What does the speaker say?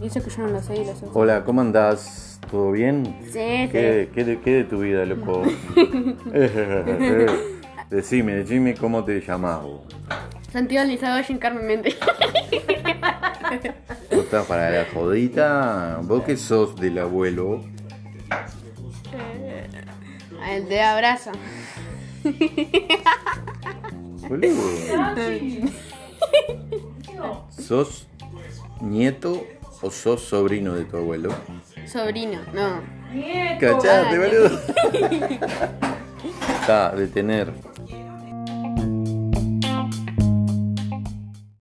Y eso que yo no lo sé y lo sé. Hola, ¿cómo andás? ¿Todo bien? Sí, ¿Qué, qué de, qué de tu vida, loco? decime, decime cómo te llamás vos. sí. Santiago Lizado y Carmen Méndez. ¿Vos estás para la jodita? ¿Vos que sos del abuelo? El de abrazo. Boludo. ¿Sos nieto o sos sobrino de tu abuelo? Sobrino, no. Cachate, boludo. Está, detener.